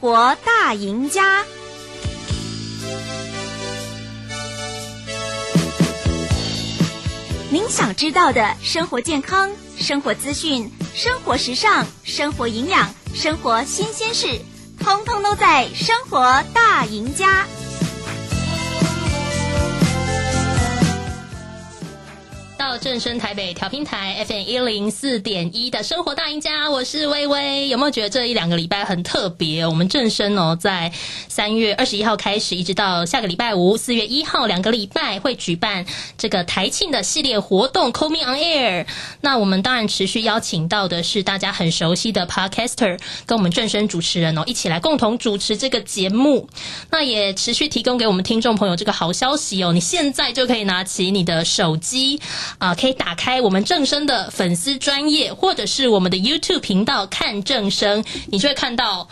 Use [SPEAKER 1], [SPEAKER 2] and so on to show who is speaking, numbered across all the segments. [SPEAKER 1] 活大赢家。您想知道的生活健康、生活资讯、生活时尚、生活营养、生活新鲜事，通通都在《生活大赢家》。
[SPEAKER 2] 到正声台北调频台 FM 一零四点一的生活大赢家，我是微微。有没有觉得这一两个礼拜很特别？我们正声哦，在三月二十一号开始，一直到下个礼拜五四月一号，两个礼拜会举办这个台庆的系列活动 Call Me on Air。那我们当然持续邀请到的是大家很熟悉的 Podcaster，跟我们正声主持人哦一起来共同主持这个节目。那也持续提供给我们听众朋友这个好消息哦，你现在就可以拿起你的手机。啊、可以打开我们正声的粉丝专业，或者是我们的 YouTube 频道看正声，你就会看到。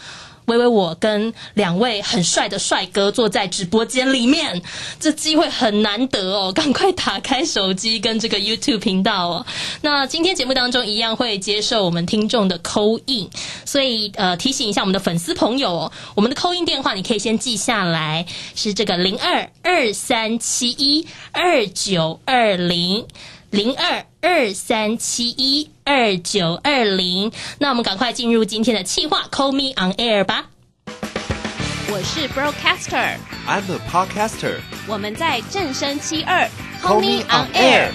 [SPEAKER 2] 微微，我跟两位很帅的帅哥坐在直播间里面，这机会很难得哦， 赶快打开手机跟这个 YouTube 频道哦。那今天节目当中一样会接受我们听众的扣印，所以呃提醒一下我们的粉丝朋友哦，我们的扣印电话你可以先记下来，是这个零二二三七一二九二零。零二二三七一二九二零。那我们赶快进入今天的企划，Call Me on Air 吧。
[SPEAKER 3] 我是 Broadcaster，
[SPEAKER 4] I'm a podcaster.
[SPEAKER 3] 我们在正声七二
[SPEAKER 4] Call me on air.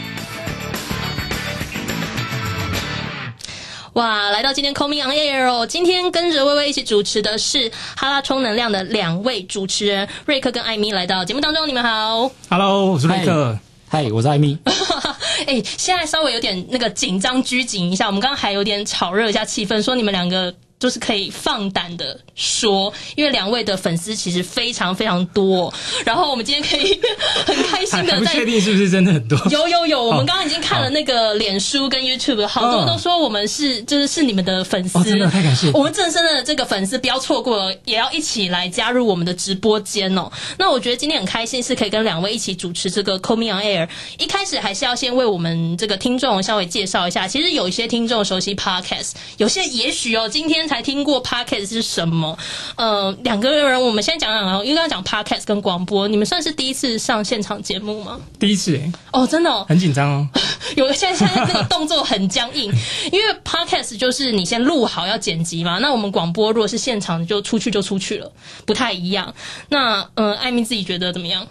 [SPEAKER 2] 哇，来到今天 Call Me on Air 哦，今天跟着微微一起主持的是哈拉充能量的两位主持人瑞克跟艾米来到节目当中，你们好。
[SPEAKER 5] Hello，我是瑞克。
[SPEAKER 6] 嗨，我是艾米。
[SPEAKER 2] 哎、现在稍微有点那个紧张拘谨一下，我们刚刚还有点炒热一下气氛，说你们两个就是可以放胆的说，因为两位的粉丝其实非常非常多，然后我们今天可以 很开心
[SPEAKER 5] 还还
[SPEAKER 2] 的
[SPEAKER 5] 不
[SPEAKER 2] 在
[SPEAKER 5] 确。定是不是真的很多。
[SPEAKER 2] 有有有，我们
[SPEAKER 5] 哦
[SPEAKER 2] 刚刚已经看了那
[SPEAKER 5] 啊
[SPEAKER 2] 个脸书跟 YouTube，好多
[SPEAKER 5] 嗯
[SPEAKER 2] 都说我们是就是是你们的粉丝，
[SPEAKER 5] 哦真的太感谢
[SPEAKER 2] 我们正身的这个粉丝不要错过了，也要一起来加入我们的直播间哦。那我觉得今天很开心，是可以跟两位一起主持这个 Call Me on Air。一开始还是要先为我们这个听众稍微介绍一下，其实有一些听众熟悉 Podcast，有些也许哦今天才听过 Podcast 是什么。呃，两个人我们先讲讲哦，因为要讲 Podcast 跟广播，你们算是第一次上现场节目吗？
[SPEAKER 5] 第一次耶，
[SPEAKER 2] 哦，真的哦，
[SPEAKER 5] 很紧张哦。
[SPEAKER 2] 有的现在现在这个动作很僵硬，因为 podcast 就是你先录好要剪辑嘛。那我们广播如果是现场就出去就出去了，不太一样。那呃，艾米自己觉得怎么样？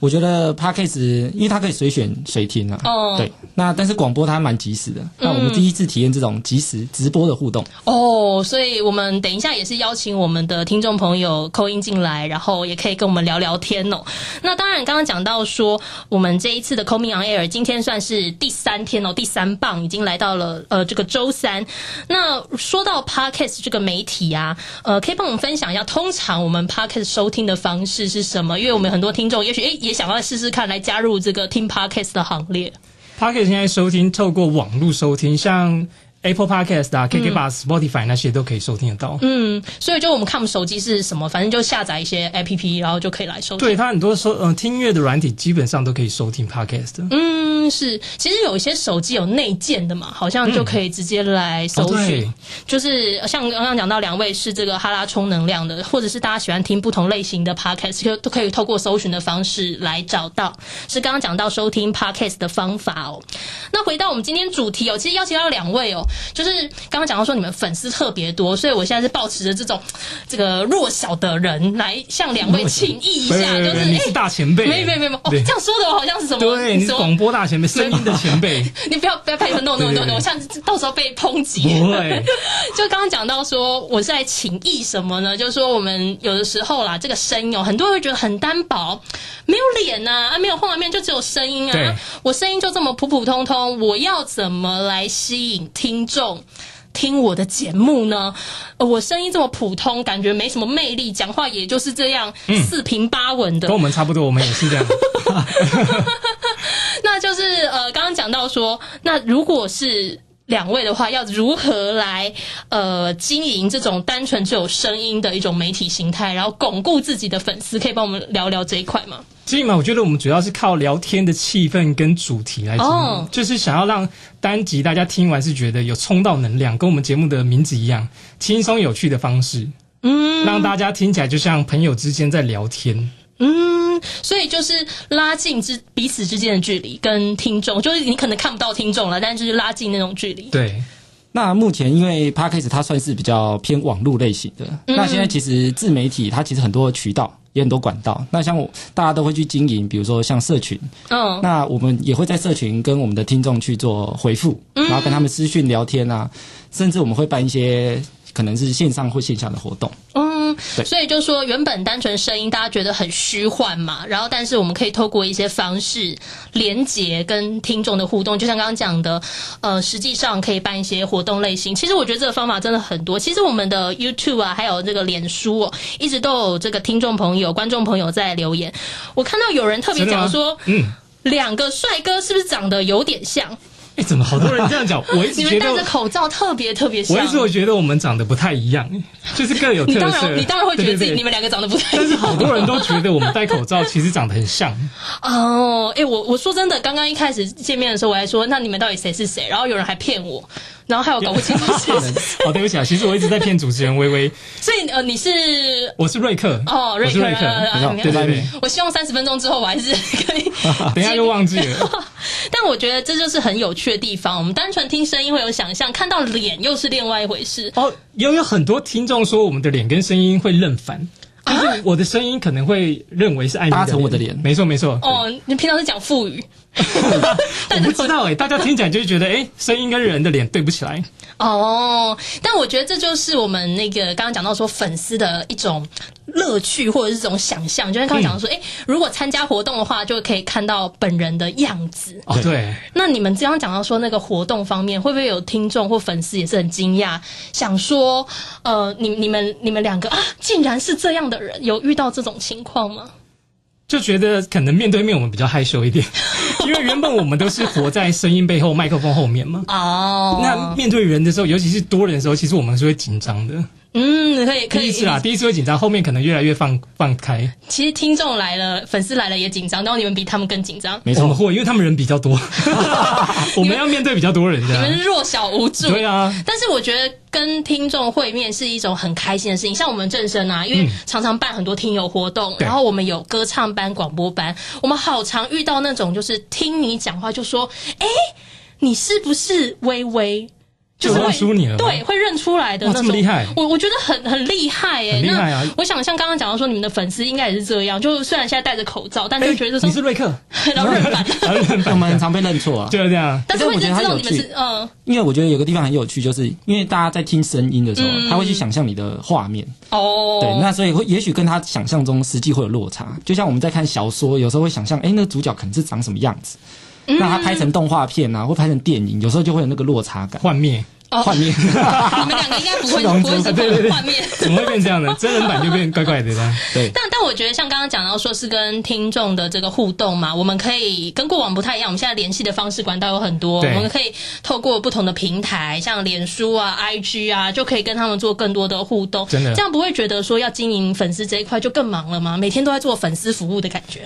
[SPEAKER 6] 我觉得 podcast 因为它可以随选随听啊。
[SPEAKER 2] 哦
[SPEAKER 6] 对，那但是广播它蛮及时的。那我们第一次体验这种即时直播的互动。
[SPEAKER 2] 哦，所以我们等一下也是邀请我们的听众朋友扣音进来，然后也可以跟我们聊聊天哦。那当然，刚刚讲到说，我们这一次的 Call Me on Air 今天算是第三天哦，第三棒已经来到了呃这个周三。那说到 Podcast 这个媒体啊，呃，可以帮我们分享一下，通常我们 Podcast 收听的方式是什么？因为我们有很多听众也许诶也想要试试看来加入这个听 Podcast 的行列。
[SPEAKER 5] Pocket 现在收听透过网络收听，像 Apple Podcast 啊、KK Bus、Spotify 那些都可以收听得到。
[SPEAKER 2] 嗯，所以就我们看我们手机是什么，反正就下载一些 APP，然后就可以来收听。
[SPEAKER 5] 对，它很多收嗯、呃、听音乐的软体基本上都可以收听 Podcast 的。
[SPEAKER 2] 嗯，是，其实有一些手机有内建的嘛，好像就可以直接来搜
[SPEAKER 5] 哦
[SPEAKER 2] 寻，
[SPEAKER 5] 对
[SPEAKER 2] 就是像刚刚讲到两位是这个哈拉充能量的，或者是大家喜欢听不同类型的 podcast，就都可以透过搜寻的方式来找到。是刚刚讲到收听 podcast 的方法哦。那回到我们今天主题哦，其实邀请到两位哦，就是刚刚讲到说你们粉丝特别多，所以我现在是抱持着这种这个弱小的人来向两位请益一
[SPEAKER 5] 没
[SPEAKER 2] 下，
[SPEAKER 5] 没
[SPEAKER 2] 就
[SPEAKER 5] 没
[SPEAKER 2] 是
[SPEAKER 5] 没你是
[SPEAKER 2] 哎。
[SPEAKER 5] 大前辈，
[SPEAKER 2] 没没没没哦，
[SPEAKER 5] 对
[SPEAKER 2] 这样哦说的我好像是什么？
[SPEAKER 5] 对，
[SPEAKER 2] 什
[SPEAKER 5] 你是
[SPEAKER 2] 么
[SPEAKER 5] 广播 大前辈，声音的前辈。
[SPEAKER 2] 你不要不要拍我弄弄弄弄，我像到时候被抨击。
[SPEAKER 5] 不会
[SPEAKER 2] 就刚刚讲到说，我是在请意什么呢？就是说我们有的时候啦，这个声音哦，很多人会觉得很单薄，没有脸呐、啊，没有画面，就只有声音
[SPEAKER 5] 对
[SPEAKER 2] 啊。我声音就这么普普通通，我要怎么来吸引听众？听我的节目呢，呃我声音这么普通，感觉没什么魅力，讲话也就是这样、
[SPEAKER 5] 嗯
[SPEAKER 2] 四平八稳的
[SPEAKER 5] 跟我。们差不多，我们也 是这样。
[SPEAKER 2] 那就是呃，刚刚讲到说，那如果是两位的话，要如何来呃经营这种单纯只有声音的一种媒体形态，然后巩固自己的粉丝，可以帮我们聊聊这一块吗？
[SPEAKER 5] 所以嘛，我觉得我们主要是靠聊天的气氛跟主题来经营
[SPEAKER 2] 哦
[SPEAKER 5] 就是想要让单集大家听完是觉得有冲到能量，跟我们节目的名字一样，轻松有趣的方式。
[SPEAKER 2] 嗯
[SPEAKER 5] 让大家听起来就像朋友之间在聊天。
[SPEAKER 2] 嗯，所以就是拉近之彼此之间的距离，跟听众，就是你可能看不到听众了，但就是拉近那种距离。
[SPEAKER 5] 对，
[SPEAKER 6] 那目前因为 Podcast 它算是比较偏网络类型的，那现在其实自媒体它其实很多渠道。也很多管道，那像我大家都会去经营，比如说像社群，
[SPEAKER 2] 嗯
[SPEAKER 6] 那我们也会在社群跟我们的听众去做回复，然后跟他们私讯聊天啊，甚至我们会办一些可能是线上或线下的活动。
[SPEAKER 2] 嗯，
[SPEAKER 6] 对
[SPEAKER 2] 所以就说原本单纯声音大家觉得很虚幻嘛，然后但是我们可以透过一些方式连接跟听众的互动，就像刚刚讲的，呃，实际上可以办一些活动类型。其实我觉得这个方法真的很多。其实我们的 YouTube 啊，还有这个脸书、哦，一直都有这个听众朋友、观众朋友在留言。我看到有人特别
[SPEAKER 5] 真的吗
[SPEAKER 2] 讲说，
[SPEAKER 5] 嗯，
[SPEAKER 2] 两个帅哥是不是长得有点像？
[SPEAKER 5] 哎，怎么好多人这 样讲？我一
[SPEAKER 2] 你
[SPEAKER 5] 直
[SPEAKER 2] 们
[SPEAKER 5] 觉
[SPEAKER 2] 戴
[SPEAKER 5] 得
[SPEAKER 2] 着口罩特别特别像。
[SPEAKER 5] 我一直会觉得我们长得不太一样，就是各有特
[SPEAKER 2] 你
[SPEAKER 5] 色。
[SPEAKER 2] 当然，你当然会觉得自己
[SPEAKER 5] 对对对
[SPEAKER 2] 你们两个长得不太
[SPEAKER 5] 但
[SPEAKER 2] 一
[SPEAKER 5] 是
[SPEAKER 2] 样。
[SPEAKER 5] 好多人都觉得我们戴口罩其实长得 很像，
[SPEAKER 2] 哦，哎、我我说真的，刚刚一开始见面的时候，我还说那你们到底谁是谁？然后有人还骗我，然后害我搞不清楚谁是谁。
[SPEAKER 5] 哦，对不起啊，其实我一直在骗主持人微微，
[SPEAKER 2] 所以呃，你是
[SPEAKER 5] 我是瑞克，
[SPEAKER 2] 哦，
[SPEAKER 5] 我
[SPEAKER 2] 瑞
[SPEAKER 5] 是
[SPEAKER 2] 克
[SPEAKER 5] 瑞克，
[SPEAKER 2] 啊，啊
[SPEAKER 6] 没
[SPEAKER 5] 对
[SPEAKER 6] 错
[SPEAKER 2] 没有
[SPEAKER 5] 对对，。
[SPEAKER 2] 我希望三十分钟之后我还是可以
[SPEAKER 5] 等一下又忘记 了，
[SPEAKER 2] 但我觉得这就是很有趣的地方。我们单纯听声音会有想象，看到脸又是另外一回事。
[SPEAKER 5] 哦，也有很多听众说我们的脸跟声音会认反。
[SPEAKER 2] 啊
[SPEAKER 5] 就是我的声音可能会认为是艾米
[SPEAKER 6] 搭成我的脸
[SPEAKER 5] 没错没错。
[SPEAKER 2] 哦，你平常是讲腹语
[SPEAKER 5] 我不知道哎、大家听起来就会觉得哎，声音跟人的脸对不 起来。
[SPEAKER 2] 哦，但我觉得这就是我们那个刚刚讲到说粉丝的一种乐趣或者是一种想象，就像刚刚讲说，哎、如果参加活动的话，就可以看到本人的样子。
[SPEAKER 5] 哦，对，
[SPEAKER 2] 那你们刚刚讲到说那个活动方面，会不会有听众或粉丝也是很惊讶，想说，呃，你你们你们两个啊，竟然是这样的人，有遇到这种情况吗？
[SPEAKER 5] 就觉得可能面对面我们比较害 羞一点，因为原本我们都是活在声音背后、麦克风后面嘛。
[SPEAKER 2] 哦
[SPEAKER 5] 那面对人的时候，尤其是多人的时候，其实我们是会紧张的。
[SPEAKER 2] 嗯，可以可
[SPEAKER 5] 第
[SPEAKER 2] 以
[SPEAKER 5] 一次啦，第一次会紧张，后面可能越来越放放开。
[SPEAKER 2] 其实听众来了，粉丝来了也紧张，然后你们比他们更紧张。
[SPEAKER 6] 没
[SPEAKER 5] 我
[SPEAKER 6] 错
[SPEAKER 5] 们，会，因为他们人比 较多， 我们要面对比较多人
[SPEAKER 2] 你们
[SPEAKER 5] 的。
[SPEAKER 2] 是弱小无助。
[SPEAKER 5] 对啊，
[SPEAKER 2] 但是我觉得跟听众会面是一种很开心的事情，像我们正声啊，因为常常办很多听友活动，
[SPEAKER 5] 嗯对
[SPEAKER 2] 然后我们有歌唱班、广播班，我们好常遇到那种就是听你讲话就说，哎、你是不是微微？
[SPEAKER 5] 就是认
[SPEAKER 2] 会
[SPEAKER 5] 出你了。
[SPEAKER 2] 对，，会认出来的
[SPEAKER 5] 哇
[SPEAKER 2] 那种。
[SPEAKER 5] 这么厉害
[SPEAKER 2] 我我觉得很很厉害耶、
[SPEAKER 5] 很厉害啊
[SPEAKER 2] 那我想像刚刚讲到说，你们的粉丝应该也是这样，就虽然现在戴着口罩，但就
[SPEAKER 5] 哎
[SPEAKER 2] 会觉得说
[SPEAKER 5] 你是瑞 克，
[SPEAKER 2] 然后认反，
[SPEAKER 5] 然后认
[SPEAKER 6] 我们
[SPEAKER 5] 反
[SPEAKER 6] 很
[SPEAKER 5] 的，
[SPEAKER 6] 常被认错啊。
[SPEAKER 5] 就是这样。
[SPEAKER 2] 但是会
[SPEAKER 6] 但我觉得
[SPEAKER 2] 知道
[SPEAKER 6] 它有
[SPEAKER 2] 你们是
[SPEAKER 6] 趣
[SPEAKER 2] 嗯。
[SPEAKER 6] 因为我觉得有个地方很有趣，就是因为大家在听声音的时候，他会去想象你的画面，
[SPEAKER 2] 嗯哦，
[SPEAKER 6] 对，那所以会也许跟他想象中实际会有落差。就像我们在看小说，有时候会想象，哎、那个主角可能是长什么样子，
[SPEAKER 2] 嗯
[SPEAKER 6] 那他拍成动画片啊，或拍成电影，有时候就会有那个落差感。
[SPEAKER 5] 幻灭
[SPEAKER 2] 哦
[SPEAKER 6] 画 面，
[SPEAKER 2] 你们两个应该不会
[SPEAKER 6] 龙
[SPEAKER 2] 不会是
[SPEAKER 5] 对对对
[SPEAKER 2] 画面。
[SPEAKER 5] 怎么会变这 样呢？真人版就变怪怪的这样。
[SPEAKER 6] 对，
[SPEAKER 2] 但但我觉得像刚刚讲到说是跟听众的这个互动嘛，我们可以跟过往不太一样，我们现在联系的方式管道有很多，我
[SPEAKER 5] 对
[SPEAKER 2] 们可以透过不同的平台，像脸书啊、IG 啊，就可以跟他们做更多的互动。
[SPEAKER 5] 真的
[SPEAKER 2] 这样不会觉得说要经营粉丝这一块就更忙了吗？每天都在做粉丝服务的感觉。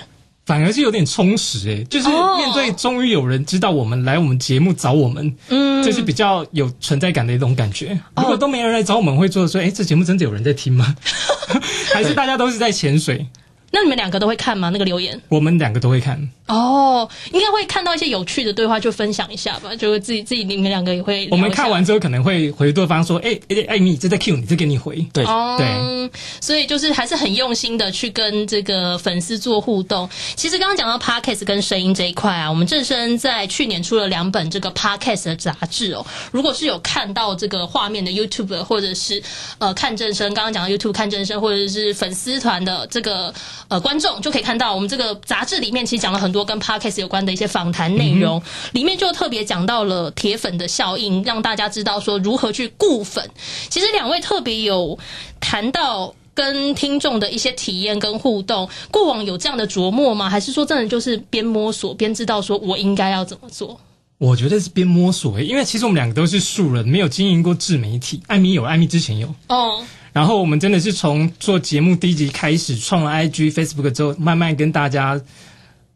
[SPEAKER 5] 反而是有点充实诶、就是
[SPEAKER 2] 哦
[SPEAKER 5] 面对终于有人知道我们来我们节目找我们，嗯，哦这是比较有存在感的一种感觉。如果都没人来找我们，会做说，哎、这节目真的有人在听吗？ 还是大家都是在潜水？
[SPEAKER 2] 那你们两个都会看吗？那个留言
[SPEAKER 5] 我们两个都会看，
[SPEAKER 2] 哦，应该会看到一些有趣的对话，就分享一下吧。就自己自己你们两个也会聊一下。
[SPEAKER 5] 我们看完之后可能会回对方说，哎、哎，艾米这在 Q 你，这给你回。
[SPEAKER 6] 对
[SPEAKER 2] 哦，
[SPEAKER 5] 对
[SPEAKER 2] 所以就是还是很用心的去跟这个粉丝做互动。其实刚刚讲到 podcast 跟声音这一块啊，我们正声在去年出了两本这个 podcast 的杂志哦。如果是有看到这个画面的 YouTube 或者是呃看正声，刚刚讲到 YouTube 看正声或者是粉丝团的这个呃观众，就可以看到我们这个杂志里面其实讲了很多跟 podcast 有关的一些访谈内容，里面就特别讲到了铁粉的效应，让大家知道说如何去固粉。其实两位特别有谈到跟听众的一些体验跟互动，过往有这样的琢磨吗？还是说真的就是边摸索边知道说我应该要怎么做？
[SPEAKER 5] 我觉得是边摸索、诶因为其实我们两个都是素人，没有经营过自媒体。艾米有，艾米之前有，
[SPEAKER 2] 哦，
[SPEAKER 5] 然后我们真的是从做节目第一集开始，创了 IG、Facebook 之后，慢慢跟大家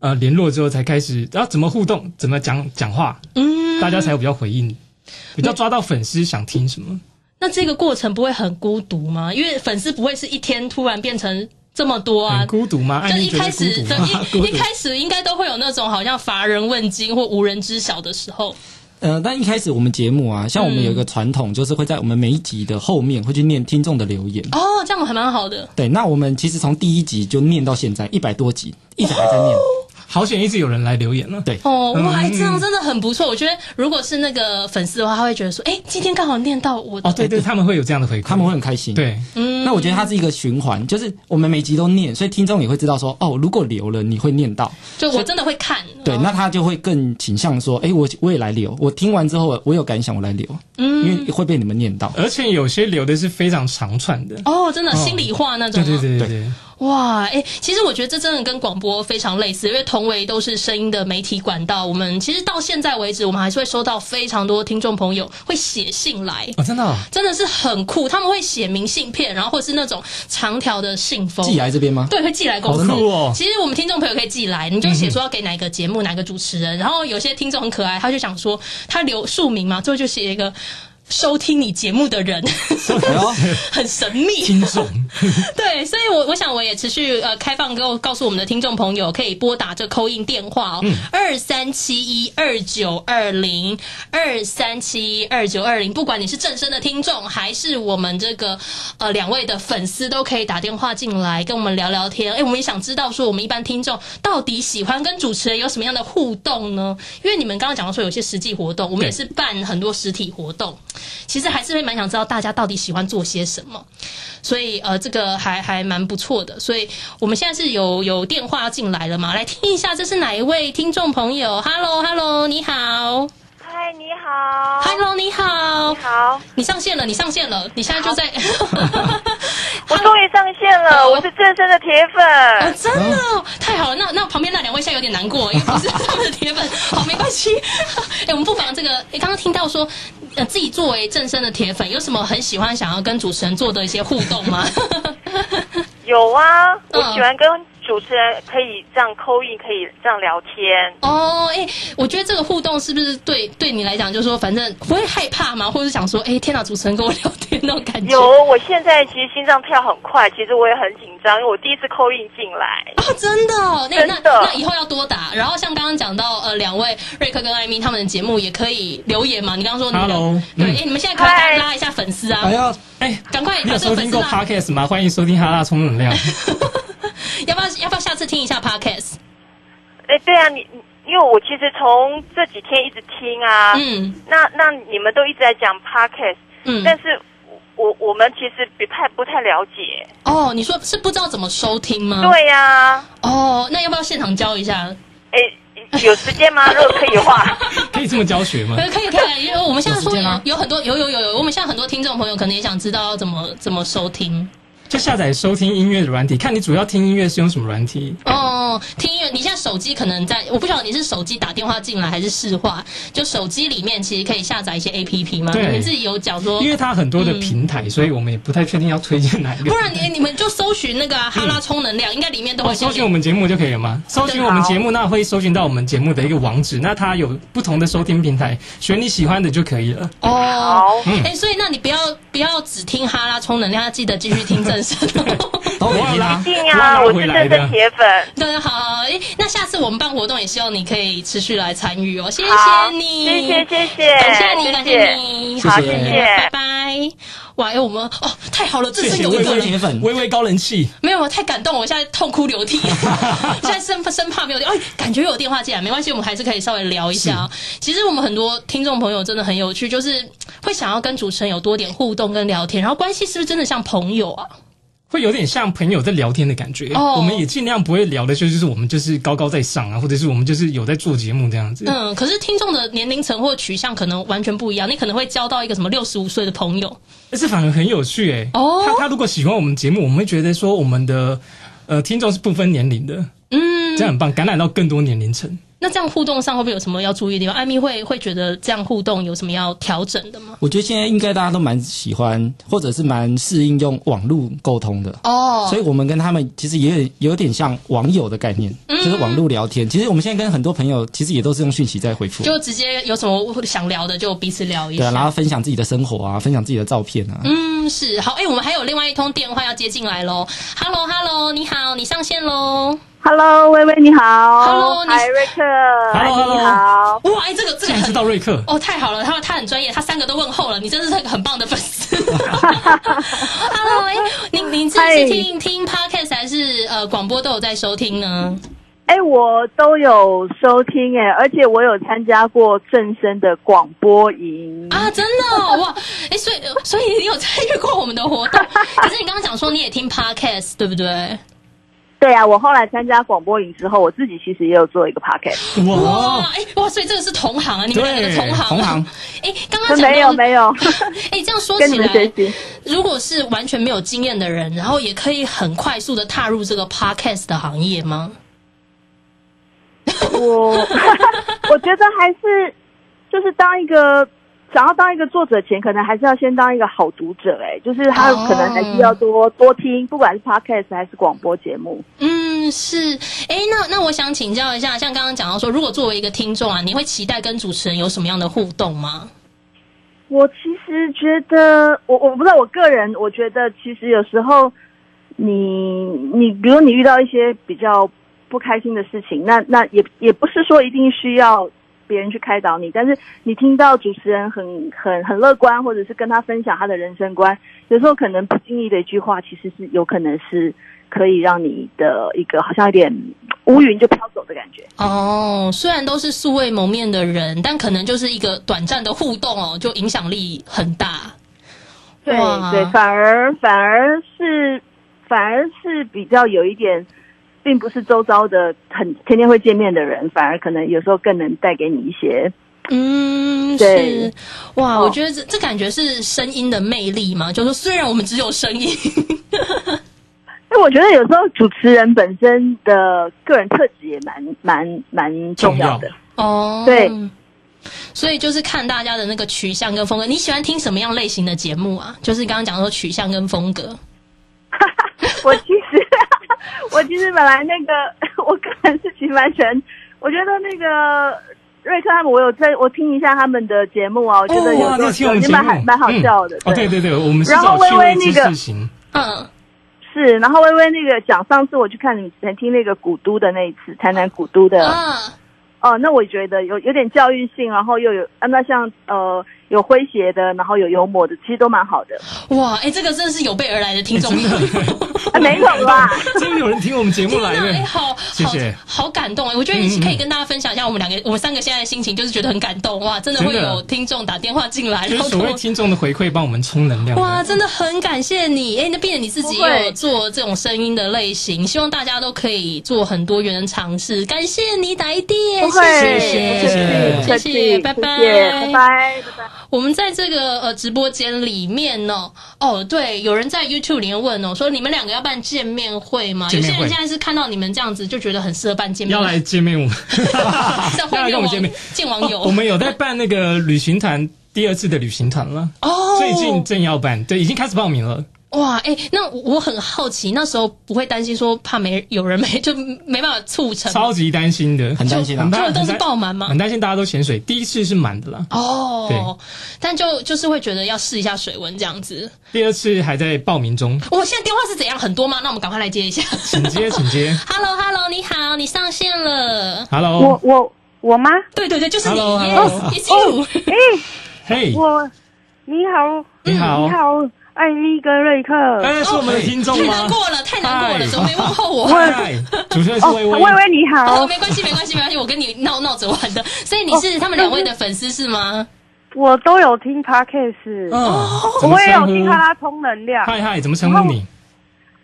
[SPEAKER 5] 呃联络之后，才开始要、啊、怎么互动，怎么讲讲话，嗯，大家才有比较回应，比较抓到粉丝想听什么。
[SPEAKER 2] 那这个过程不会很孤独吗？因为粉丝不会是一天突然变成这么多啊
[SPEAKER 5] 很，孤独吗？
[SPEAKER 2] 就
[SPEAKER 5] 艾
[SPEAKER 2] 一
[SPEAKER 5] 米觉
[SPEAKER 2] 开
[SPEAKER 5] 得
[SPEAKER 2] 始，
[SPEAKER 5] 孤独
[SPEAKER 2] 对
[SPEAKER 5] 吗？
[SPEAKER 2] 一一开始应该都会有那种好像乏人问津或无人知晓的时候。
[SPEAKER 6] 呃，但一开始我们节目啊，像我们有一个传统，就是会在我们每一集的后面会去念听众的留言。
[SPEAKER 2] 哦，这样还蛮好的。
[SPEAKER 6] 对，那我们其实从第一集就念到现在一百多集，一直还在念。
[SPEAKER 5] 好险，一直有人来留言了。
[SPEAKER 6] 对
[SPEAKER 2] 哦，
[SPEAKER 5] 嗯
[SPEAKER 2] 哇，这样真的很不错。我觉得如果是那个粉丝的话，他会觉得说，哎、今天刚好念到我的
[SPEAKER 5] 哦，对对，他们会有这样的回馈，
[SPEAKER 2] 嗯
[SPEAKER 6] 他们会很开心。，
[SPEAKER 5] 对，
[SPEAKER 6] 那我觉得它是一个循环，就是我们每集都念，所以听众也会知道说，哦，如果留了，你会念到，
[SPEAKER 2] 就我真的会看。
[SPEAKER 6] 对，那他就会更倾向说，哎，我我也来留，我听完之后我有感想，我来留，嗯，因为会被你们念到。
[SPEAKER 5] 而且有些留的是非常长串的。
[SPEAKER 2] 哦，真的心里话那种
[SPEAKER 5] 哦对
[SPEAKER 2] 吗。
[SPEAKER 5] 对对对对，
[SPEAKER 2] 哇，哎、其实我觉得这真的跟广播非常类似，因为同为都是声音的媒体管道，我们其实到现在为止，我们还是会收到非常多听众朋友会写信来。
[SPEAKER 5] 哦，真的哦，
[SPEAKER 2] 真的是很酷，他们会写明信片，然后或是那种长条的信封，
[SPEAKER 6] 寄来这边吗？
[SPEAKER 2] 对，会寄来公司。
[SPEAKER 5] 好酷哦
[SPEAKER 2] 其实我们听众朋友可以寄来，你就写说要给哪个节目、哪个主持人。然后有些听众很可爱，他就想说他留署名嘛，最后就写一个收听你节目的人，
[SPEAKER 6] 哎呦，
[SPEAKER 2] 很神秘。
[SPEAKER 5] 听众
[SPEAKER 2] 对，所以我我想我也持续呃开放告告诉我们的听众朋友，可以拨打这扣印电话哦，二三七一二九二零二三七一二九二零，不管你是正身的听众，还是我们这个呃两位的粉丝，都可以打电话进来跟我们聊聊天。哎，我们也想知道说我们一般听众到底喜欢跟主持人有什么样的互动呢？因为你们刚刚讲到说有些实际活动，我们也是办很多实体活动，其实还是会蛮想知道大家到底喜欢做些什么。所以呃，这个还还蛮不错的。所以我们现在是有有电话进来了嘛？来听一下，这是哪一位听众朋友？Hello Hello，你好
[SPEAKER 7] 嗨，你好。
[SPEAKER 2] ，Hello 你好
[SPEAKER 7] 你，好，
[SPEAKER 2] 你上线了，你上线了，你现在就在，
[SPEAKER 7] 我终于上线了，我是正身的铁
[SPEAKER 2] 哦
[SPEAKER 7] 粉。
[SPEAKER 2] 真的哦太好了。那那旁边那两位现在有点难过，因为不是他们的铁粉，好没关系。 哎、我们不妨这个，哎、刚刚听到说。呃，自己作为正身的铁粉，有什么很喜欢想要跟主持人做的一些互动吗？
[SPEAKER 7] 有啊，
[SPEAKER 2] 嗯
[SPEAKER 7] 我喜欢跟主持人可以这样扣印，可以这样聊天。
[SPEAKER 2] 哦，哎、我觉得这个互动是不是对对你来讲，就是说反正不会害怕嘛，或者是想说，哎、天哪，主持人跟我聊天那种感觉。
[SPEAKER 7] 有
[SPEAKER 2] 哦，，
[SPEAKER 7] 我现在其实心脏跳很快，其实我也很紧张，因为我第一次扣印进来。
[SPEAKER 2] 真的哦，那那
[SPEAKER 7] 真的
[SPEAKER 2] 那以后要多打。然后像刚刚讲到，呃，两位瑞克跟艾米他们的节目也可以留言嘛。你刚刚说你们
[SPEAKER 5] Hello，
[SPEAKER 2] 对，哎、
[SPEAKER 5] 嗯
[SPEAKER 2] 你们现在可以拉
[SPEAKER 7] 嗨
[SPEAKER 2] 拉一下粉丝啊
[SPEAKER 6] 哎，呦，
[SPEAKER 5] 哎，
[SPEAKER 2] 赶快
[SPEAKER 5] 你
[SPEAKER 2] 把
[SPEAKER 5] 有
[SPEAKER 2] 这
[SPEAKER 5] 收
[SPEAKER 2] 个粉
[SPEAKER 5] 听
[SPEAKER 2] 丝啊
[SPEAKER 5] 过
[SPEAKER 2] 拉。
[SPEAKER 5] podcast 吗？欢迎收听哈拉充 能量。
[SPEAKER 2] 要不要要不要下次听一下 podcast？
[SPEAKER 7] 哎，对啊，你你因为我其实从这几天一直听啊，
[SPEAKER 2] 嗯
[SPEAKER 7] 那那你们都一直在讲 podcast，、
[SPEAKER 2] 嗯，
[SPEAKER 7] 但是我我们其实不太不太了解。
[SPEAKER 2] 哦，你说是不知道怎么收听吗？，
[SPEAKER 7] 对呀、
[SPEAKER 2] 哦，那要不要现场教一下？
[SPEAKER 7] 哎，有时间吗？如果可以的 话。
[SPEAKER 5] 可以这么教学吗？
[SPEAKER 2] 可以可以 可以，因为我们现在说
[SPEAKER 6] 有时间吗
[SPEAKER 2] 有有很多有有有有，我们现在很多听众朋友可能也想知道要怎么怎么收听
[SPEAKER 5] 就下载收听音乐的软体，看你主要听音乐是用什么软体。
[SPEAKER 2] 哦。听音乐，你现在手机可能在，我不晓得你是手机打电话进来还是市话，就手机里面其实可以下载一些 A P P 嘛。你
[SPEAKER 5] 对
[SPEAKER 2] 们自己有讲说
[SPEAKER 5] 因，为它很多的平台，所以我们也不太确定要推荐哪一个。
[SPEAKER 2] 嗯不然你你们就搜寻那个啊、哈拉充能量，应该里面都
[SPEAKER 5] 哦，
[SPEAKER 2] 会
[SPEAKER 5] 搜
[SPEAKER 2] 先
[SPEAKER 5] 寻我们节目就可以了吗？搜寻我们节目，那会搜寻到我们节目的一个网址，那它有不同的收听平台，选你喜欢的就可以了。
[SPEAKER 2] 哦。
[SPEAKER 7] 好，
[SPEAKER 2] 哎、所以那你不要不要只听哈拉充能量，要记得继续听正 声哦。
[SPEAKER 6] 都可以听
[SPEAKER 5] 我
[SPEAKER 6] 啊
[SPEAKER 7] 一。定
[SPEAKER 5] 我拉
[SPEAKER 7] 啊！我
[SPEAKER 5] 回
[SPEAKER 7] 是
[SPEAKER 5] 来
[SPEAKER 7] 真
[SPEAKER 5] 的
[SPEAKER 7] 正铁粉，
[SPEAKER 2] 对，嗯好，诶那下次我们办活动也希望你可以持续来参与哦，谢
[SPEAKER 7] 好
[SPEAKER 2] 谢你，
[SPEAKER 7] 谢谢谢谢，
[SPEAKER 2] 感谢你，
[SPEAKER 7] 谢
[SPEAKER 2] 感
[SPEAKER 7] 谢
[SPEAKER 2] 谢你，
[SPEAKER 7] 好，
[SPEAKER 6] 谢谢
[SPEAKER 7] 谢
[SPEAKER 2] 拜
[SPEAKER 7] 谢，
[SPEAKER 2] 拜。哇，哎，我们哦，太好了，这
[SPEAKER 5] 谢
[SPEAKER 2] 是
[SPEAKER 5] 谢
[SPEAKER 2] 有
[SPEAKER 5] 微
[SPEAKER 2] 一个
[SPEAKER 5] 微
[SPEAKER 2] 人。
[SPEAKER 6] 铁粉
[SPEAKER 5] 微微高人气，
[SPEAKER 2] 没有，我太感动，我现在痛哭流涕，现在生生怕没有电，哎，感觉有电话进来，没关系，我们还是可以稍微聊一下啊。其实我们很多听众朋友真的很有趣，就是会想要跟主持人有多点互动跟聊天，然后关系是不是真的像朋友啊？
[SPEAKER 5] 会有点像朋友在聊天的感觉。
[SPEAKER 2] 哦
[SPEAKER 5] 我们也尽量不会聊的，就就是我们就是高高在上啊，或者是我们就是有在做节目这样子。
[SPEAKER 2] 嗯，可是听众的年龄层或取向可能完全不一样，你可能会交到一个什么六十五岁的朋友，
[SPEAKER 5] 但是反而很有趣欸诶、
[SPEAKER 2] 哦
[SPEAKER 5] 他他如果喜欢我们节目，我们会觉得说我们的呃听众是不分年龄的，
[SPEAKER 2] 嗯
[SPEAKER 5] 这样很棒，感染到更多年龄层。
[SPEAKER 2] 那这样互动上会不会有什么要注意的地方？艾米会会觉得这样互动有什么要调整的吗？
[SPEAKER 6] 我觉得现在应该大家都蛮喜欢，或者是蛮适应用网络沟通的。
[SPEAKER 2] 哦
[SPEAKER 6] 所以我们跟他们其实也有有点像网友的概念，就是网络聊天。其实我们现在跟很多朋友其实也都是用讯息在回复，
[SPEAKER 2] 就直接有什么想聊的就彼此聊一
[SPEAKER 6] 对啊，然
[SPEAKER 2] 下。
[SPEAKER 6] 后分享自己的生活啊，分享自己的照片啊。
[SPEAKER 2] 嗯，是好，哎、我们还有另外一通电话要接进来喽。Hello，Hello，你好，你上线喽。
[SPEAKER 8] Hello，薇薇你好。
[SPEAKER 2] Hello，你
[SPEAKER 8] 嗨，瑞克。
[SPEAKER 5] Hello，Hello
[SPEAKER 8] 你好。
[SPEAKER 2] 哇，哎、这个这
[SPEAKER 5] 竟
[SPEAKER 2] 个
[SPEAKER 5] 然
[SPEAKER 2] 很
[SPEAKER 5] 知道瑞克，
[SPEAKER 2] 哦，太好了，他他很专业，他三个都问候了，你真是个很棒的粉 丝。Hello，哎、你你自己
[SPEAKER 8] 嗨
[SPEAKER 2] 是听听 podcast 还是呃广播都有在收听呢？
[SPEAKER 8] 哎、我都有收听哎、而且我有参加过正声的广播营。
[SPEAKER 2] 啊，真的哦、哇！哎、所以所以你有参与过我们的活动，可是你刚刚讲说你也听 podcast 对不对？
[SPEAKER 8] 对啊，我后来参加广播营之后，我自己其实也有做一个 podcast。
[SPEAKER 5] 哇，
[SPEAKER 2] 哇，哎、哇，所以这个是同行啊，你们两个
[SPEAKER 5] 对
[SPEAKER 2] 同行，
[SPEAKER 6] 同行。
[SPEAKER 2] 哎、刚刚讲到
[SPEAKER 8] 没有没有，
[SPEAKER 2] 哎、这样说
[SPEAKER 8] 跟
[SPEAKER 2] 起
[SPEAKER 8] 你们学
[SPEAKER 2] 来，
[SPEAKER 8] 习。
[SPEAKER 2] 如果是完全没有经验的人，然后也可以很快速的踏入这个 podcast 的行业吗？
[SPEAKER 8] 我 我觉得还是就是当一个想要当一个作者前，可能还是要先当一个好读者哎、就是他
[SPEAKER 2] 哦
[SPEAKER 8] 可能还是要多、多听，不管是 podcast 还是广播节目。
[SPEAKER 2] 嗯，是。哎、那那我想请教一下，像刚刚讲到说，如果作为一个听众啊，你会期待跟主持人有什么样的互动吗？
[SPEAKER 8] 我其实觉得，我我不知道，我个人我觉得，其实有时候你你，比如你遇到一些比较不开心的事情，那那也也不是说一定需要别人去开导你，但是你听到主持人很很很乐观，或者是跟他分享他的人生观，有时候可能不经意的一句话，其实是有可能是可以让你的一个好像有点乌云就飘走的感觉。
[SPEAKER 2] 哦，虽然都是素未谋面的人，但可能就是一个短暂的互动哦，就影响力很大。
[SPEAKER 8] 对
[SPEAKER 2] 哇
[SPEAKER 8] 对，反而反而是反而是比较有一点，并不是周遭的很天天会见面的人，反而可能有时候更能带给你一些。
[SPEAKER 2] 嗯，
[SPEAKER 8] 对
[SPEAKER 2] 是哇，
[SPEAKER 8] 哦
[SPEAKER 2] 我觉得这这感觉是声音的魅力嘛，就是说虽然我们只有声音，
[SPEAKER 8] 那我觉得有时候主持人本身的个人特质也蛮蛮蛮重要的。
[SPEAKER 2] 哦，
[SPEAKER 8] 对，
[SPEAKER 2] 所以就是看大家的那个取向跟风格。你喜欢听什么样类型的节目啊？就是刚刚讲说取向跟风格。
[SPEAKER 8] 我其实我其实本来那个我个人是其实蛮喜欢，我觉得那个。瑞克他们，我有在我听一下他们的节目啊，我觉得有
[SPEAKER 5] 哇，
[SPEAKER 8] 时候
[SPEAKER 5] 在听我
[SPEAKER 8] 有
[SPEAKER 5] 们
[SPEAKER 8] 些
[SPEAKER 5] 节
[SPEAKER 8] 蛮好
[SPEAKER 5] 目，
[SPEAKER 8] 蛮好笑的
[SPEAKER 5] 嗯。哦，对对对，我们是
[SPEAKER 8] 然后
[SPEAKER 5] 找趣
[SPEAKER 8] 微微
[SPEAKER 5] 味知
[SPEAKER 8] 那个
[SPEAKER 5] 识 型，
[SPEAKER 2] 嗯，
[SPEAKER 8] 是，然后微微那个讲，上次我去看你们听那个古都的那一次，台南古都的，
[SPEAKER 2] 啊，
[SPEAKER 8] 哦、那我觉得有有点教育性，然后又有，啊、那像呃有诙谐的，然后有幽默的，其实都蛮好的。
[SPEAKER 2] 哇，哎、这个真的是有备而来的听众 朋友。
[SPEAKER 8] 啊，没有啦，
[SPEAKER 5] 真的有人听我们节目
[SPEAKER 2] 天
[SPEAKER 5] 来
[SPEAKER 2] 呐，哎、
[SPEAKER 5] 的，
[SPEAKER 2] 好
[SPEAKER 5] 谢
[SPEAKER 2] 好
[SPEAKER 5] 谢嗯
[SPEAKER 2] 好感动哎、我觉得你可以跟大家分享一下我们两个、我们三个现在的心情，就是觉得很感动哇！真的会
[SPEAKER 5] 真的
[SPEAKER 2] 有听众打电话进来，然
[SPEAKER 5] 就是
[SPEAKER 2] 后
[SPEAKER 5] 所
[SPEAKER 2] 跟
[SPEAKER 5] 谓
[SPEAKER 2] 我。
[SPEAKER 5] 听众的回馈，帮我们充能量的。
[SPEAKER 2] 哇，真的很感谢你！哎、那毕竟你自己
[SPEAKER 8] 不会
[SPEAKER 2] 也有做这种声音的类型，希望大家都可以做很多元的尝试。感谢你来电，
[SPEAKER 8] 不
[SPEAKER 2] 谢
[SPEAKER 8] 会，
[SPEAKER 2] 谢，
[SPEAKER 8] 不客气不客
[SPEAKER 2] 谢谢
[SPEAKER 8] 气，
[SPEAKER 2] 拜拜
[SPEAKER 8] 谢谢拜拜，拜拜。
[SPEAKER 2] 我们在这个呃直播间里面呢、哦，对，有人在 YouTube 里面问哦，说你们两个要办见面会吗？有
[SPEAKER 5] 见
[SPEAKER 2] 些
[SPEAKER 5] 面会
[SPEAKER 2] 人现在是看到你们这样子就觉得很适合办见面
[SPEAKER 5] 要
[SPEAKER 2] 会，
[SPEAKER 5] 来见面我们，
[SPEAKER 2] 在
[SPEAKER 5] 要
[SPEAKER 2] 后
[SPEAKER 5] 来
[SPEAKER 2] 面
[SPEAKER 5] 跟我们
[SPEAKER 2] 网
[SPEAKER 5] 见面。哦
[SPEAKER 2] 见网友。
[SPEAKER 5] 我们有在办那个旅行团第二次的旅行团了，
[SPEAKER 2] 哦，
[SPEAKER 5] 最近正要办，对，已经开始报名了。
[SPEAKER 2] 哇，哎、那我很好奇，那时候不会担心说怕没有人没就没办法促成，
[SPEAKER 5] 超级担心的，
[SPEAKER 6] 很担心啊
[SPEAKER 5] 很
[SPEAKER 2] 就
[SPEAKER 5] 担
[SPEAKER 2] 都是爆满吗
[SPEAKER 5] 很担心大家都潜水。第一次是满的啦，
[SPEAKER 2] 哦
[SPEAKER 5] 对，
[SPEAKER 2] 但就就是会觉得要试一下水温这样子。
[SPEAKER 5] 第二次还在报名中，
[SPEAKER 2] 我现在电话是怎样很多吗？那我们赶快来接一下。
[SPEAKER 5] 请接，请接。
[SPEAKER 2] Hello Hello，你好，你上线了。
[SPEAKER 5] Hello，
[SPEAKER 8] 我我妈，
[SPEAKER 2] 对对对，就是你
[SPEAKER 5] Hello, hello.
[SPEAKER 2] yes, it's you。
[SPEAKER 8] 哎、
[SPEAKER 5] 嘿，
[SPEAKER 8] 我你好，嗯
[SPEAKER 5] 你好，
[SPEAKER 8] 好，艾米跟瑞克，
[SPEAKER 5] 哎，是我们的听众
[SPEAKER 2] 太
[SPEAKER 5] 吗
[SPEAKER 2] 难？哦过了，太难过了，
[SPEAKER 5] 嗨
[SPEAKER 2] 怎么没问候 我？
[SPEAKER 5] 嗨，主持人是
[SPEAKER 8] 哦
[SPEAKER 5] 薇薇，
[SPEAKER 8] 你
[SPEAKER 2] 哦，没关系，没关系，没关系，我跟你闹闹着玩的。所以你是他们两位的粉丝是吗？
[SPEAKER 8] 我都有听 podcast，、
[SPEAKER 5] 嗯，
[SPEAKER 2] 哦
[SPEAKER 5] 怎么称呼？
[SPEAKER 8] 拉充能量
[SPEAKER 5] 嗨嗨，怎么称呼你？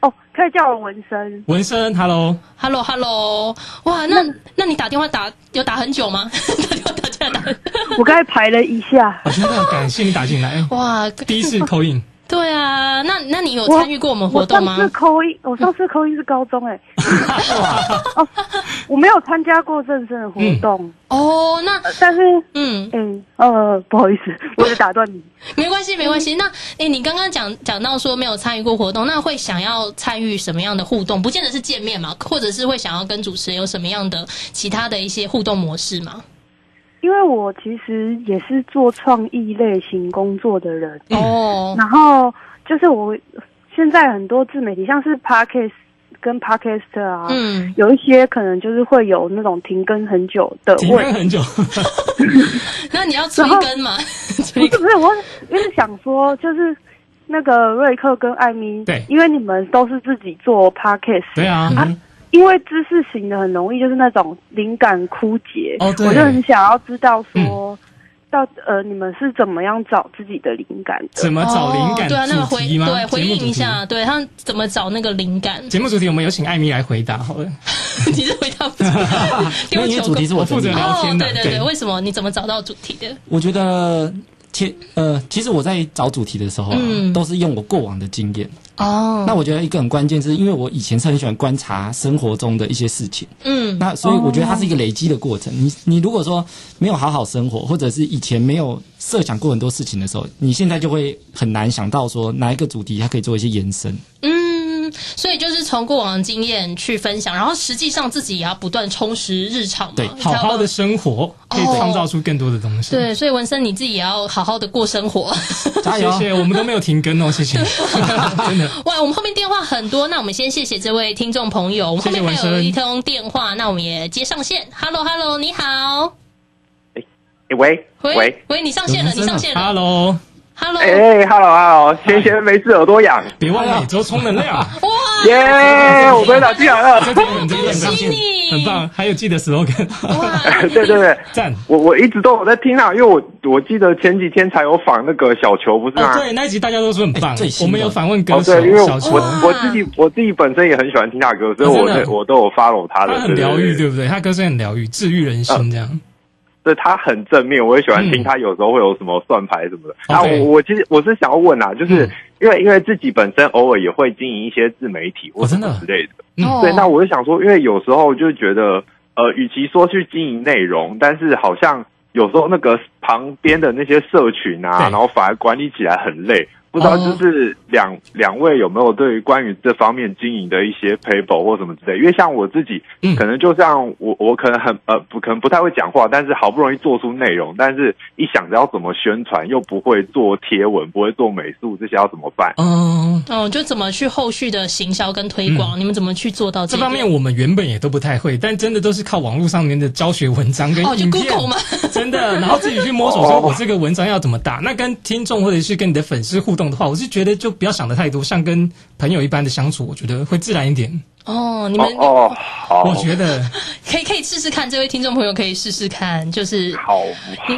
[SPEAKER 8] 哦，可以叫我纹身，
[SPEAKER 5] 文生，Hello，
[SPEAKER 2] Hello Hello，哇，那那你打电话打有打很久吗？ 打电话打进来打，
[SPEAKER 8] 我刚才排了一下。
[SPEAKER 5] 我真的感谢你打进来，哎
[SPEAKER 2] 哇，
[SPEAKER 5] 第一次口音，
[SPEAKER 2] 对啊，那那你有
[SPEAKER 9] 我
[SPEAKER 2] 参与过我们活动
[SPEAKER 9] 我上
[SPEAKER 2] 吗
[SPEAKER 9] 次？扣 一，我上次扣一是高中哎、哦，我没有参加过认真的活动，呃
[SPEAKER 2] 哦，那
[SPEAKER 9] 但是，
[SPEAKER 2] 嗯，
[SPEAKER 9] 嗯、呃，不好意思，我就打断 你。
[SPEAKER 2] 没关系，没关系。那诶、你刚刚讲讲到说没有参与过活动，那会想要参与什么样的互动？不见得是见面嘛，或者是会想要跟主持人有什么样的其他的一些互动模式吗？
[SPEAKER 9] 因为我其实也是做创意类型工作的人，
[SPEAKER 5] 嗯
[SPEAKER 2] 哦，
[SPEAKER 9] 然后就是我现在很多自媒体，像是 Podcast 跟 Podcast 啊，
[SPEAKER 2] 嗯，
[SPEAKER 9] 有一些可能就是会有那种停更很久的
[SPEAKER 5] 停
[SPEAKER 9] 问
[SPEAKER 5] 更很久，
[SPEAKER 2] 那你要催更嘛？
[SPEAKER 9] 不
[SPEAKER 2] 催
[SPEAKER 9] 是不是，我我是想说，就是那个瑞克跟艾米，
[SPEAKER 5] 对
[SPEAKER 9] 因为你们都是自己做 podcast，
[SPEAKER 5] 对啊，
[SPEAKER 9] 因为知识型的很容易就是那种灵感枯竭，
[SPEAKER 5] 哦对嗯
[SPEAKER 9] 我就很想要知道说，到呃你们是怎么样找自己的灵感的？
[SPEAKER 5] 怎么找灵感
[SPEAKER 2] 哦、对啊，那个
[SPEAKER 5] 主
[SPEAKER 2] 回
[SPEAKER 5] 题吗？
[SPEAKER 2] 对回
[SPEAKER 5] 节目
[SPEAKER 2] 应
[SPEAKER 5] 主
[SPEAKER 2] 一
[SPEAKER 5] 题
[SPEAKER 2] 下，对他怎么找那个灵感？
[SPEAKER 5] 节目主题我们有请艾米来回答好了。
[SPEAKER 2] 你是回答不出 来
[SPEAKER 6] 因
[SPEAKER 2] 嗯丢
[SPEAKER 6] 为因为
[SPEAKER 2] 球
[SPEAKER 6] 主题是我
[SPEAKER 5] 我负
[SPEAKER 6] 整
[SPEAKER 5] 责
[SPEAKER 6] 理的
[SPEAKER 5] 聊
[SPEAKER 2] 哦
[SPEAKER 5] 天，的
[SPEAKER 2] 对对
[SPEAKER 5] 对
[SPEAKER 2] 对，为什么？你怎么找到主题的？
[SPEAKER 6] 我觉得，其呃，其实我在找主题的时候、啊，
[SPEAKER 2] 嗯
[SPEAKER 6] 都是用我过往的经验。
[SPEAKER 2] 哦，
[SPEAKER 6] 那我觉得一个很关键，是因为我以前是很喜欢观察生活中的一些事情，
[SPEAKER 2] 嗯
[SPEAKER 6] 那所以我觉得它是一个累积的过程。你你如果说没有好好生活，或者是以前没有设想过很多事情的时候，你现在就会很难想到说哪一个主题它可以做一些延伸。
[SPEAKER 2] 嗯，所以就是从过往的经验去分享，然后实际上自己也要不断充实日常嘛，
[SPEAKER 6] 对
[SPEAKER 2] 你才
[SPEAKER 5] 好
[SPEAKER 2] 有
[SPEAKER 5] 好
[SPEAKER 2] 办
[SPEAKER 5] 的
[SPEAKER 2] 法。
[SPEAKER 5] 生活可以创造出更多的东西。
[SPEAKER 2] 对，所以文森你自己也要好好的过生 活。
[SPEAKER 6] 加
[SPEAKER 5] 谢
[SPEAKER 6] 油！
[SPEAKER 5] 谢，我们都没有停更哦，谢谢，真的。
[SPEAKER 2] 哇，我们后面电话很多，那我们先谢谢这位听众朋友。我们后面
[SPEAKER 5] 谢谢文
[SPEAKER 2] 还有
[SPEAKER 5] 森
[SPEAKER 2] 一通电话，那我们也接上线。Hello，Hello，你好，
[SPEAKER 10] 哎喂
[SPEAKER 2] 喂，喂，你上线了，
[SPEAKER 6] 有
[SPEAKER 2] 你上
[SPEAKER 6] 文森啊
[SPEAKER 2] 线了
[SPEAKER 5] Hello，
[SPEAKER 2] ，Hello，
[SPEAKER 10] 哎哎，hello hello，闲闲没事耳朵痒，
[SPEAKER 5] 别忘了每周充能量，啊
[SPEAKER 2] 哇，
[SPEAKER 10] 耶！我们打进来了，
[SPEAKER 5] 这个很这个很
[SPEAKER 2] 恭
[SPEAKER 5] 棒
[SPEAKER 2] 喜，你，
[SPEAKER 5] 很棒。还有记得 slogan，
[SPEAKER 2] 哇，
[SPEAKER 10] 对对对，
[SPEAKER 5] 赞。
[SPEAKER 10] 我我一直都有在听啊，因为我我记得前几天才有访那个小球，不是
[SPEAKER 5] 哦
[SPEAKER 10] 吗，？
[SPEAKER 5] 对，那一集大家都说很棒
[SPEAKER 6] 哎最。新
[SPEAKER 5] 我
[SPEAKER 6] 的
[SPEAKER 5] 们有访问歌
[SPEAKER 10] 哦，
[SPEAKER 5] 手
[SPEAKER 10] 对，因为我
[SPEAKER 5] 小球
[SPEAKER 10] 我，
[SPEAKER 2] 哇
[SPEAKER 10] 我自己我自己本身也很喜欢听他歌，所以
[SPEAKER 5] 哦
[SPEAKER 10] 我
[SPEAKER 5] 真的
[SPEAKER 10] 我都有 follow 他的
[SPEAKER 5] 他，很
[SPEAKER 10] 对
[SPEAKER 5] 疗愈，
[SPEAKER 10] 对
[SPEAKER 5] 对不对？他歌声很疗愈，治愈人心这样。
[SPEAKER 10] 对，他很正面，我也喜欢听
[SPEAKER 5] 嗯
[SPEAKER 10] 他有时候会有什么算牌什么的。
[SPEAKER 5] 哦
[SPEAKER 10] 啊，
[SPEAKER 5] 对
[SPEAKER 10] 我我其实我是想要问啊，就是
[SPEAKER 5] 嗯
[SPEAKER 10] 因为因为自己本身偶尔也会经营一些自媒体或
[SPEAKER 5] 哦
[SPEAKER 10] 什
[SPEAKER 5] 真的
[SPEAKER 10] 么之类的。
[SPEAKER 2] 哦
[SPEAKER 5] 嗯
[SPEAKER 10] 对，那我就想说，因为有时候就觉得，呃，与其说去经营内容，但是好像有时候那个旁边的那些社群啊
[SPEAKER 5] 对，
[SPEAKER 10] 然后反而管理起来很累。不知道
[SPEAKER 2] 哦
[SPEAKER 10] 就是两、两位有没有对于关于这方面经营的一些 paper 或什么之类？因为像我自己，
[SPEAKER 5] 嗯
[SPEAKER 10] 可能就像我我可能很呃不可能不太会讲话，但是好不容易做出内容，但是一想着要怎么宣传，又不会做贴文，不会做美术，这些要怎么办？
[SPEAKER 5] 嗯，
[SPEAKER 2] 哦，就怎么去后续的行销跟推广，你们怎么去做到
[SPEAKER 5] 这
[SPEAKER 2] 一
[SPEAKER 5] 方
[SPEAKER 2] 点
[SPEAKER 5] 面我们原本也都不太会，但真的都是靠网络上面的教学文章跟
[SPEAKER 2] 哦，就
[SPEAKER 5] 影片。
[SPEAKER 2] Google 嘛，
[SPEAKER 5] 真的，然后自己去摸
[SPEAKER 10] 哦
[SPEAKER 5] 索说，我这个文章要怎么打。那跟听众或者是跟你的粉丝互动的话，我是觉得就不要想的太多，像跟朋友一般的相处，我觉得会自然一点。
[SPEAKER 2] 哦，你
[SPEAKER 10] 哦
[SPEAKER 2] 们
[SPEAKER 10] 哦，好，
[SPEAKER 5] 我觉得
[SPEAKER 2] 可以可以试试看，这位听众朋友可以试试看， 就是
[SPEAKER 10] 好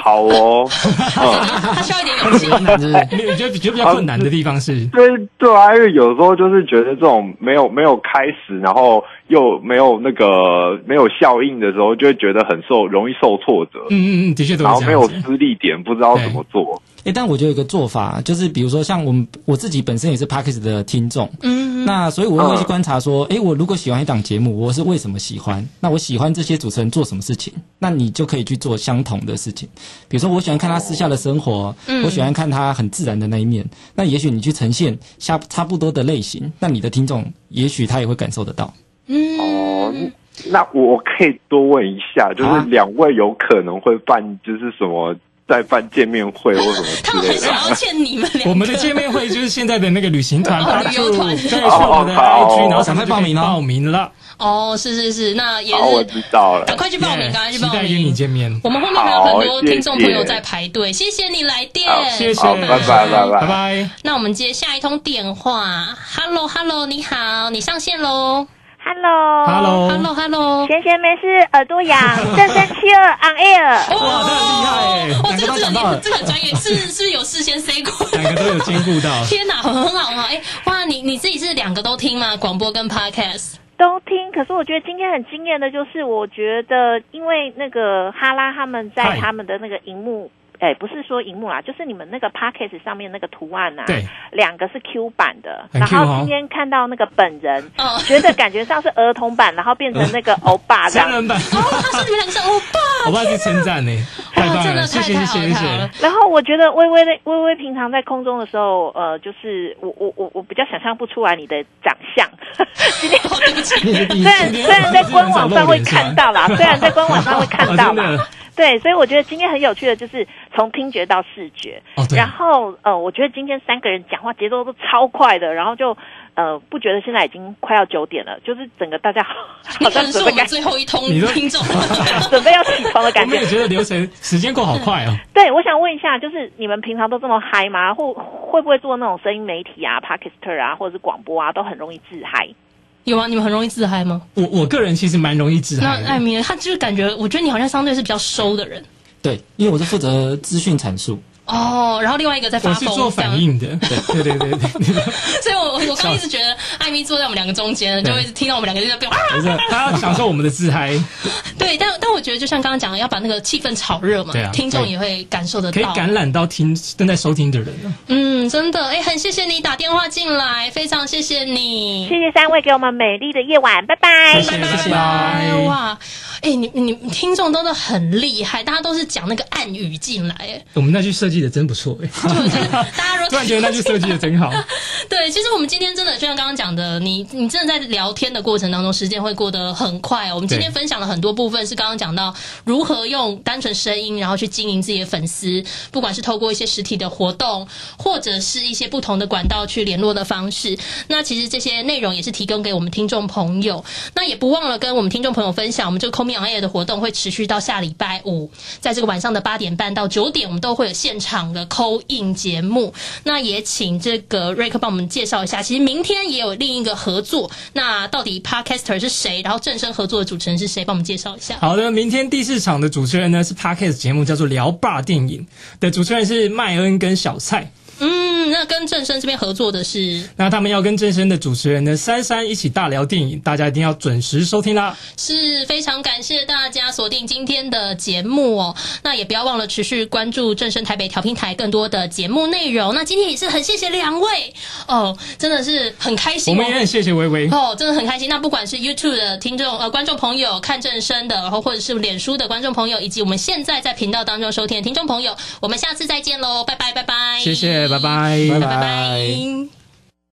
[SPEAKER 10] 好 哦，嗯。
[SPEAKER 2] 他需要一点勇气。
[SPEAKER 10] 哦
[SPEAKER 6] 那就是
[SPEAKER 5] 没有，觉得觉得比
[SPEAKER 10] 啊
[SPEAKER 5] 较困难的地方是，
[SPEAKER 10] 对对啊，因为有时候就是觉得这种没有没有开始，然后又没有那个没有效应的时候，就会觉得很受容易受挫折，
[SPEAKER 5] 嗯嗯嗯，的确都
[SPEAKER 10] 然后
[SPEAKER 5] 是
[SPEAKER 10] 没
[SPEAKER 5] 这
[SPEAKER 10] 有
[SPEAKER 5] 样子。
[SPEAKER 10] 私力点，不知道怎么做。
[SPEAKER 6] 诶，但我觉得有一个做法，就是比如说像我们我自己本身也是 Parkes 的听众，嗯，那所以我会去观察说，诶，我如果喜欢一档节目，我是为什么喜欢？那我喜欢这些主持人做什么事情？那你就可以去做相同的事情。比如说，我喜欢看他私下的生活，我喜欢看他很自然的那一面。那也许你去呈现下差不多的类型，那你的听众也许他也会感受得到。
[SPEAKER 10] 哦，
[SPEAKER 2] 嗯
[SPEAKER 10] 那我可以多问一下，就是
[SPEAKER 6] 啊
[SPEAKER 10] 两位有可能会办，就是什么在办见面会或什
[SPEAKER 2] 他
[SPEAKER 10] 么
[SPEAKER 2] 们
[SPEAKER 10] 之
[SPEAKER 2] 很
[SPEAKER 10] 类的
[SPEAKER 2] 想。要见你们
[SPEAKER 5] 我
[SPEAKER 2] 两
[SPEAKER 5] 们
[SPEAKER 2] 个，
[SPEAKER 5] 的见面会就是现在的那个旅行团，
[SPEAKER 2] 哦
[SPEAKER 5] 他
[SPEAKER 2] 旅游
[SPEAKER 5] 就
[SPEAKER 2] 团
[SPEAKER 5] 对，去我们的 IG，然后
[SPEAKER 6] 赶快报名哦
[SPEAKER 5] 报名
[SPEAKER 10] 啊
[SPEAKER 5] 了，
[SPEAKER 2] 哦，是是是，那也
[SPEAKER 10] 好，我
[SPEAKER 2] 是
[SPEAKER 10] 知道了
[SPEAKER 2] 赶。快去报名，
[SPEAKER 5] 耶
[SPEAKER 2] 赶快去
[SPEAKER 5] 期
[SPEAKER 2] 报
[SPEAKER 5] 待与你
[SPEAKER 2] 名。
[SPEAKER 5] 见面，
[SPEAKER 2] 我们后面还有很多
[SPEAKER 10] 好谢谢
[SPEAKER 2] 听众朋友在排队，谢谢你来电，
[SPEAKER 10] 好
[SPEAKER 5] 谢谢，
[SPEAKER 10] 好拜拜拜拜
[SPEAKER 5] 拜拜。
[SPEAKER 2] 那我们接下一通电话，Hello Hello，你好，你上线喽
[SPEAKER 7] Hello。
[SPEAKER 5] Hello，
[SPEAKER 2] ，Hello Hello，
[SPEAKER 7] 闲闲没事，耳朵 痒，正声七二 on air。
[SPEAKER 5] 哇，他很厉害耶，
[SPEAKER 2] 哦，
[SPEAKER 6] 两
[SPEAKER 2] 这
[SPEAKER 6] 个
[SPEAKER 2] 个
[SPEAKER 6] 都
[SPEAKER 2] 这
[SPEAKER 6] 讲
[SPEAKER 2] 个
[SPEAKER 6] 到
[SPEAKER 2] 你
[SPEAKER 6] 了
[SPEAKER 2] 这个很专业，是是不是有事先 say 过？
[SPEAKER 5] 两个都有兼顾到。
[SPEAKER 2] 天哪，很好很好！哎、哇，你你自己是两个都听吗？广播跟 podcast？
[SPEAKER 7] 都听，可是我觉得今天很惊艳的就是，我觉得因为那个哈拉他们在
[SPEAKER 5] 嗨
[SPEAKER 7] 他们的那个荧幕
[SPEAKER 11] 哎，不是说荧幕啦，就是你们那个 p a c k a g e 上面那个图案啊，
[SPEAKER 5] 对，
[SPEAKER 11] 两个是 Q 版的，
[SPEAKER 5] 很
[SPEAKER 11] 然
[SPEAKER 5] Q 哦
[SPEAKER 11] 后今天看到那个本人，
[SPEAKER 2] 哦
[SPEAKER 11] 觉得感觉上是儿童版，然后变成那个欧巴这样
[SPEAKER 5] 成。人版，
[SPEAKER 2] 哦， 啊他是原来是欧巴，
[SPEAKER 5] 我爸是称赞呢，
[SPEAKER 11] 哦
[SPEAKER 5] 太棒了，谢谢谢谢谢谢。
[SPEAKER 11] 然后我觉得微微的微微平常在空中的时候，呃，就是我我我我比较想象不出来你的长相。 今天
[SPEAKER 2] 哦
[SPEAKER 6] 你是第一
[SPEAKER 11] 虽然
[SPEAKER 6] 次
[SPEAKER 11] 虽然在官网上会看到啦，虽然在官网上会看 到
[SPEAKER 5] 哦真的
[SPEAKER 11] 啦。对，所以我觉得今天很有趣的就是从听觉到视觉，
[SPEAKER 5] 哦对
[SPEAKER 11] 然后呃，我觉得今天三个人讲话节奏都超快的，然后就呃不觉得现在已经快要九点了，就是整个大家好
[SPEAKER 2] 你
[SPEAKER 11] 好
[SPEAKER 2] 可
[SPEAKER 11] 像
[SPEAKER 2] 能是
[SPEAKER 11] 准
[SPEAKER 2] 我
[SPEAKER 11] 备
[SPEAKER 2] 们
[SPEAKER 11] 该
[SPEAKER 2] 最后一通
[SPEAKER 5] 你都
[SPEAKER 2] 听 众，
[SPEAKER 11] 准备要起床的感
[SPEAKER 5] 我们
[SPEAKER 11] 觉
[SPEAKER 5] 也。觉得流程时间过好快哦。
[SPEAKER 11] 对，我想问一下，就是你们平常都这么嗨吗？或会不会做那种声音媒体啊、podcaster 啊，或者是广播啊，都很容易自嗨？
[SPEAKER 2] 有啊吗？你们很容易自嗨吗？
[SPEAKER 5] 我我个人其实蛮容易自
[SPEAKER 2] 那
[SPEAKER 5] 嗨
[SPEAKER 2] 艾
[SPEAKER 5] 的，
[SPEAKER 2] 米，他就是感觉，我觉得你好像相对是比较收的人
[SPEAKER 6] 对，因为我是负责资讯阐述，
[SPEAKER 2] 哦。然后另外一个在发
[SPEAKER 5] 我是
[SPEAKER 2] 疯，
[SPEAKER 5] 做反应的，对对对对对，
[SPEAKER 2] 这样。所以我我我刚刚一直觉得艾米坐在我们两个中间，
[SPEAKER 5] 对
[SPEAKER 2] 就会一直听到我们两个就在边啊。
[SPEAKER 5] 不是他要享受我们的自嗨，
[SPEAKER 2] 对，但但我觉得就像刚刚讲的，要把那个气氛炒热嘛
[SPEAKER 5] 对啊，
[SPEAKER 2] 听众
[SPEAKER 5] 对
[SPEAKER 2] 也会感受得
[SPEAKER 5] 可以
[SPEAKER 2] 到。
[SPEAKER 5] 感染到听正在收听的人哦。
[SPEAKER 2] 嗯，真的，哎，很谢谢你打电话进来，非常谢谢你。
[SPEAKER 11] 谢谢三位给我们美丽的夜晚，拜拜。
[SPEAKER 5] 谢
[SPEAKER 2] 拜
[SPEAKER 5] 谢
[SPEAKER 2] 拜
[SPEAKER 5] 拜
[SPEAKER 2] 哇，哎、你你你听众真的很厉害，大家都是讲那个暗语进来，哎，
[SPEAKER 5] 我们那句设计的真不错 哎，
[SPEAKER 2] 大家如
[SPEAKER 5] 突
[SPEAKER 2] 果
[SPEAKER 5] 然觉得那句设计的真好。
[SPEAKER 2] 对，其实我们今天真的就像刚刚讲的，你你真的在聊天的过程当中，时间会过得很快哦、我们今天分享了很多部分，是刚刚讲到如何用单纯声音，然后去经营自己的粉丝，不管是透过一些实体的活动，或者是一些不同的管道去联络的方式。那其实这些内容也是提供给我们听众朋友，那也不忘了跟我们听众朋友分享，我们这个 Call Me On Air 的活动会持续到下礼拜五，在这个晚上的八点半到九点，我们都会有现场的 Call In 节目。那也请这个瑞克帮我们介绍一下，其实明天也有另一个合作，那到底 Podcaster 是谁？然后正声合作的主持人是谁？帮我们介绍一下。
[SPEAKER 5] 好的，明天第四场的主持人呢是 Podcast 节目叫做《聊吧电影》的主持人是麦恩跟小蔡。
[SPEAKER 2] 嗯，那跟正声这边合作的是
[SPEAKER 5] 那他们要跟正声的主持人呢珊珊一起大聊电影，大家一定要准时收听啦。
[SPEAKER 2] 是非常感谢大家锁定今天的节目哦。那也不要忘了持续关注正声台北调频台更多的节目内容。那今天也是很谢谢两位哦，真的是很开
[SPEAKER 5] 我
[SPEAKER 2] 心、哦。
[SPEAKER 5] 们也很谢谢微 微。
[SPEAKER 2] 哦，真的很开心。那不管是 YouTube 的听众呃观众朋友看正声的，然后或者是脸书的观众朋友，以及我们现在在频道当中收听的听众朋友，我们下次再见喽，拜拜拜拜，
[SPEAKER 5] 谢谢，拜拜，
[SPEAKER 2] 拜拜。